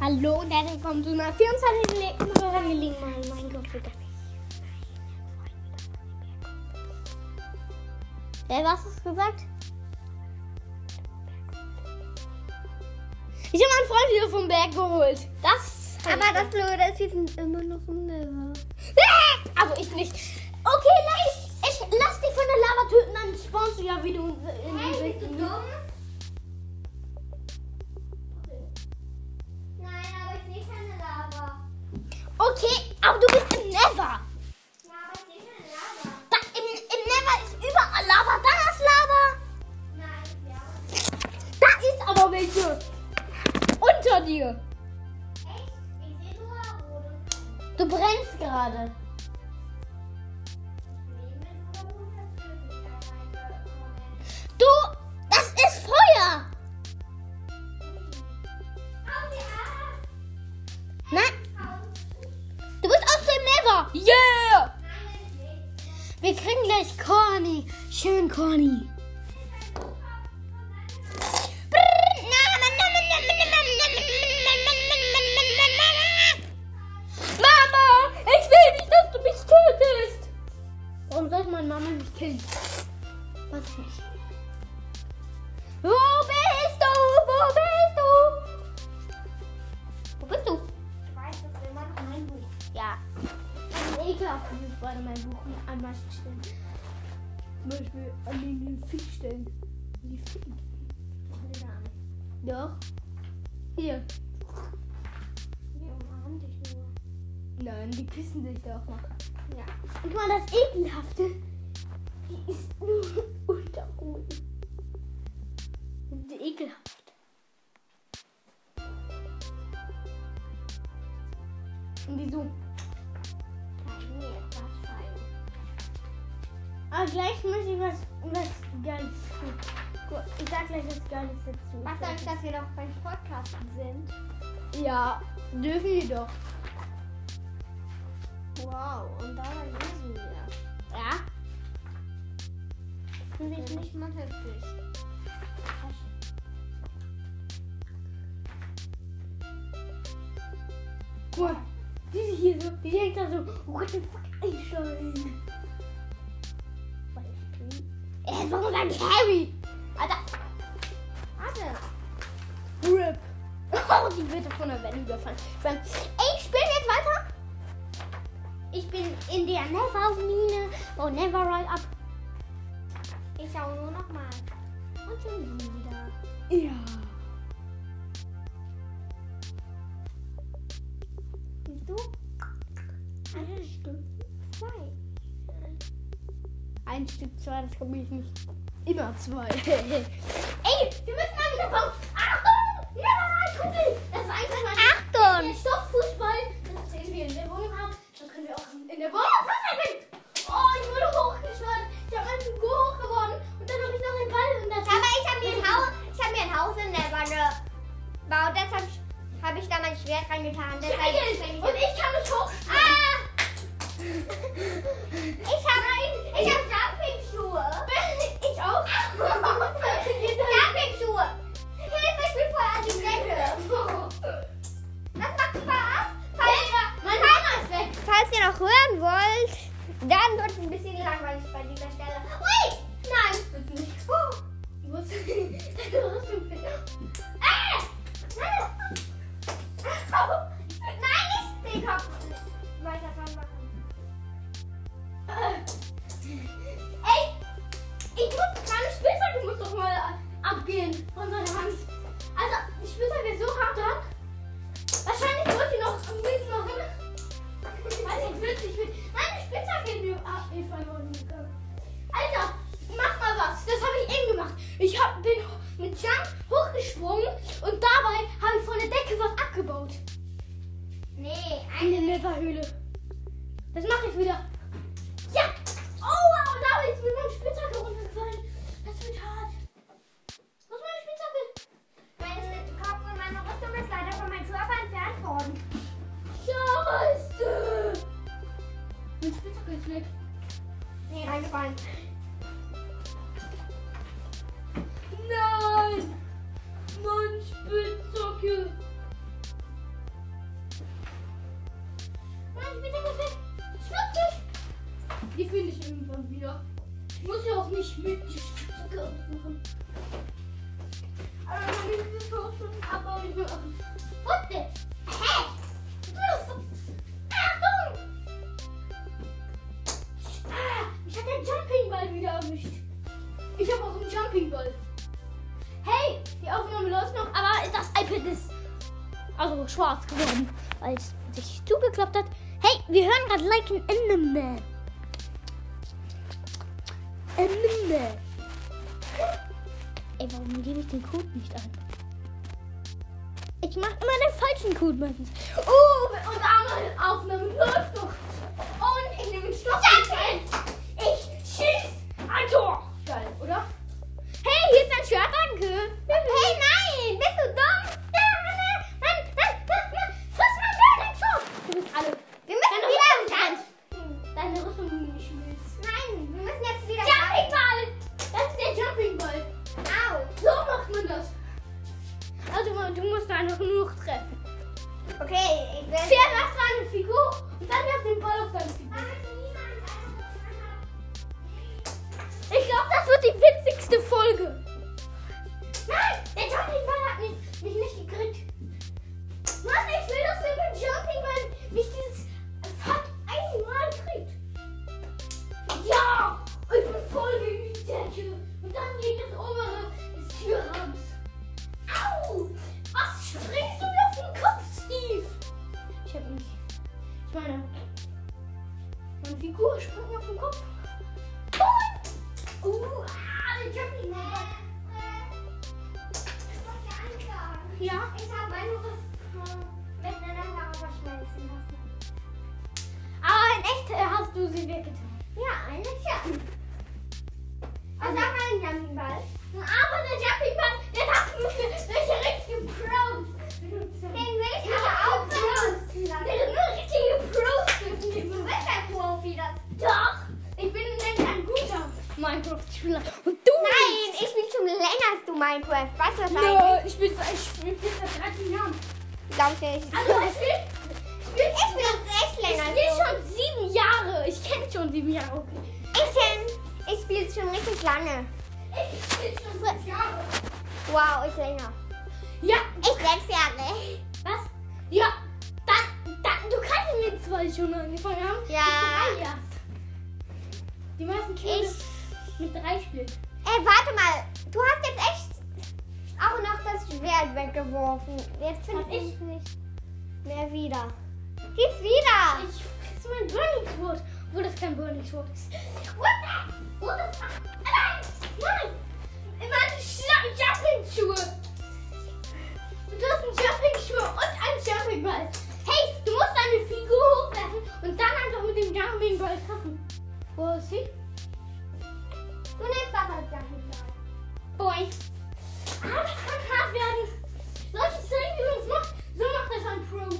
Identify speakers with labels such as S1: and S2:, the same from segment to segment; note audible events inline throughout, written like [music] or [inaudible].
S1: Hallo und herzlich willkommen zu einer 24 Minuten gelegen mal Minecraft wieder. Wer was hast du gesagt? Ich habe meinen Freund wieder vom Berg geholt. Das.
S2: Aber das Blöde ist, wir sind immer noch im Level.
S1: Ah! Also ich nicht. Okay, Leute, ich, ich lass dich von der Lava töten, dann spawnst du ja wieder in
S2: Hey, bist du dumm? Nein, aber ich sehe keine Lava.
S1: Okay, aber du bist im Never.
S2: Ja, aber ich sehe keine Lava.
S1: Da, im, Im Never ist überall Lava. Da ist Lava.
S2: Nein, ich sehe aber
S1: Da ist aber welche. Unter dir.
S2: Echt? Ich sehe nur rote
S1: Du brennst gerade. Du, das ist Feuer. Nein, du bist aus dem Never. Yeah. Wir kriegen gleich Corny. Schön Corny. Mama, ich will nicht, dass du mich tötest. Warum sollte meine Mama mich killen? Weiß ich nicht. Wo bist du? Wo bist du? Wo bist du? Ja. Ein ekelhaft, wenn ich wollte mein Buch mir einmal stellen. Zum Beispiel an den den Fick stellen. Die Ficken. Doch. Hier. Nein, die küssen sich doch noch. Ja. Und mal das Ekelhafte. Die ist nur [laughs] Unterhose. Die ekelhaft. Und wieso? Aber "Ah, gleich muss ich was, was Geiles tun. Ich sag gleich was Geiles dazu.
S2: Was soll ich, dass wir noch beim Podcasten sind?
S1: Ja, dürfen die doch.
S2: Wow, und da lesen wir.
S1: Ja?
S2: Finde ich nicht mal heftig.
S1: Cool. Diese hier so, die denkt da so, what the fuck, einschalten. Er ist so ein Harry. Alter,
S2: Warte.
S1: RIP. Oh, die wird von der Welle überfallen. Ich bin- Ey, ich spiele jetzt weiter. Ich bin in der Never-Mine. Oh, never roll up.
S2: Ich schau nur noch mal. Und schon wieder.
S1: Ja.
S2: Siehst du? Eine Stunde zwei.
S1: Ein Stück, zwei, das komme ich nicht. Immer zwei. [laughs] Ey, wir müssen mal wieder bauen. Achtung! Ja, Kumpel! Das war einfach mal... Achtung! Wenn Stofffußball, das sehen wir in der Wohnung haben, dann können wir auch in der Wohnung Fußball spielen. Oh, ich wurde hochgeschlagen. Ich habe meinen Figur hochgeworfen und dann habe ich noch den Ball und das...
S2: Aber ich habe mir, ein Hau- ich hab mir ein Haus in der Wanne gebaut. Deshalb habe ich da mein Schwert reingetan. Deshalb bin ich
S1: Und ich kann mich hoch...
S2: Ah! Ich habe ich hab Jumping-Schuhe. [laughs]
S1: Ich [laughs] auch.
S2: Jumping-Schuhe. Hilfe, ich bin voll an die Decke. Das macht Spaß. Falls,
S1: Mein Hammer ist weg.
S2: falls ihr noch hören wollt, dann wird es ein bisschen langweilig bei dieser Stelle. Ui! Nein, es
S1: [laughs]
S2: wird nicht. Oh.
S1: Ich muss... [laughs] Deine Rüstung bin
S2: Ah! Nein, [laughs] Au! Nein, nicht den Kopf. Weiter dran machen.
S1: Ey, ich muss meine Spielzeug, du musst doch mal abgehen von seiner Hand. Also, die Spielzeug ist so hart dran. Wahrscheinlich wird die noch mitmachen. Weiß ich, witzig wird. Meine Spielzeug geht mir ab. Ich verloren. gegangen. Alter, mach mal was. Das habe ich eben gemacht. Ich hab, bin ho- mit Jan hochgesprungen und dabei habe ich von der Decke was abgebaut.
S2: Nee,
S1: Eine Neverhöhle. Das mache ich wieder. Ja! Oh, wow, da ist mir meine Spitzhacke runtergefallen. Das wird hart. Wo ist meine Spitzhacke?
S2: mein Kopf und meine Rüstung ist leider von meinem Körper entfernt worden.
S1: Scheiße! Meine Spitzhacke ist weg.
S2: Nee, reingefallen.
S1: Nein! Meine Spitzhacke! ich mit die Stücke machen. Aber dann habe ich diese Soßen abbauen. Was denn? Hä? Achtung! Ah, ich hab den Jumping Ball wieder erwischt. Ich habe auch einen Jumping Ball. Hey, die Aufnahme läuft noch, aber das iPad ist also schwarz geworden, weil es sich zugeklappt hat. Hey, wir hören gerade Like an Anime. Anime. Ey, warum gebe ich den Code nicht ein? Ich mache immer den falschen Code meistens. Oh, unsere andere Aufnahme läuft noch. Und ich nehme den Stock. Ich schieß ein Tor. Geil, oder? Hey, hier ist ein Shirt, danke. Hey, nein, bist du dumm? Du bist alle.
S2: Wir müssen wieder tanzen.
S1: Deine Rüstung nicht willst.
S2: Nein, wir müssen jetzt wieder
S1: Jumping Ball! Das ist der Jumping Ball.
S2: Au.
S1: So macht man das. Also man- du musst einfach nur noch treffen.
S2: Okay, ich bin...
S1: Fähr nach deine Figur und dann wirf den Ball auf deine Figur. Ich glaube, das wird die witzigste Folge. Nein, der Jumping Ball hat mich, mich nicht gekriegt. Mann, ich will, dass der mit dem Jumping Ball mich dieses Fuck einmal kriegt. Ja, ich bin voll gegen die Decke. Und dann geht das obere des Türrahmens. Au! Was springst du mir auf den Kopf, Steve? Ich hab mich. Ich meine, meine Figur springt mir auf den Kopf. Uh, ah, der Jumping Ball. Ja. Aber in echt äh, hast du sie weggetan.
S2: Also-
S1: Aber der Jumping Ball, der hat mich richtig geprobt. Der ist nur [laughs] richtig geprobt. Doch, ich bin nämlich ein guter Minecraft-Spieler. Und du?
S2: Nein, ich bin schon länger als du Minecraft. Weißt du was eigentlich?
S1: Nein, ich bin seit, ich bin seit 13 Jahren.
S2: Glaub ich nicht.
S1: Also ich bin, ich bin,
S2: Ich bin echt
S1: ich
S2: länger
S1: bin
S2: als du.
S1: schon sieben Jahre. Ich kenne schon sieben Jahre. Okay.
S2: Ich, kenn- ich spiele schon richtig lange.
S1: Ich bin schon sechs Jahre.
S2: Wow, ich länger.
S1: Ja,
S2: Ich sechs Jahre.
S1: was? Ja, dann, dann, du kannst mit zwei schon angefangen haben.
S2: Ja.
S1: Mit drei erst. Die meisten Kinder
S2: Ich.
S1: mit drei spielen.
S2: Ey, warte mal. Du hast jetzt echt auch noch das Schwert weggeworfen. Jetzt finde
S1: Hab
S2: ich
S1: ich?
S2: nicht mehr wieder. Gib's wieder.
S1: Ich fresse mein Burning Sword, obwohl das kein Burning Sword ist. What the? What the fuck? Nein! Nein! Meine Schla- Jumping-Schuhe! Du hast einen Jumping-Schuhe und einen Jumping-Ball. Hey, du musst deine Figur hochwerfen und dann einfach mit dem Jumping-Ball treffen. Wo ist sie?
S2: Du nimmst das als Sachen.
S1: Boy. Ah, das kann hart werden. Solche Tricks, wie man es macht, so macht das ein Pro.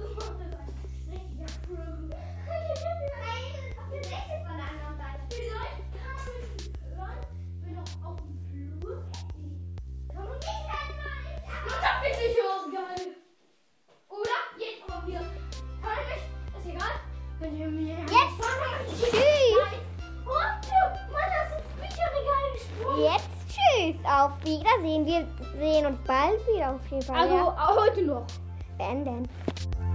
S1: So macht das ein richtiger Pro. Vielleicht kann man mit den Ohren, wenn auch auf dem Flur, kann man nicht einmal. Und da bin ich auch geil. Oder? Jetzt aber wieder. Kann ich nicht? Ist egal. Könnt ihr mir
S2: Jetzt. Tschüss.
S1: Und du, Mann, das ist Bücherregal gesprungen.
S2: Jetzt tschüss. Auf Wiedersehen. Wir sehen uns bald wieder auf jeden Fall.
S1: Also
S2: ja?
S1: heute noch.
S2: Wenn denn.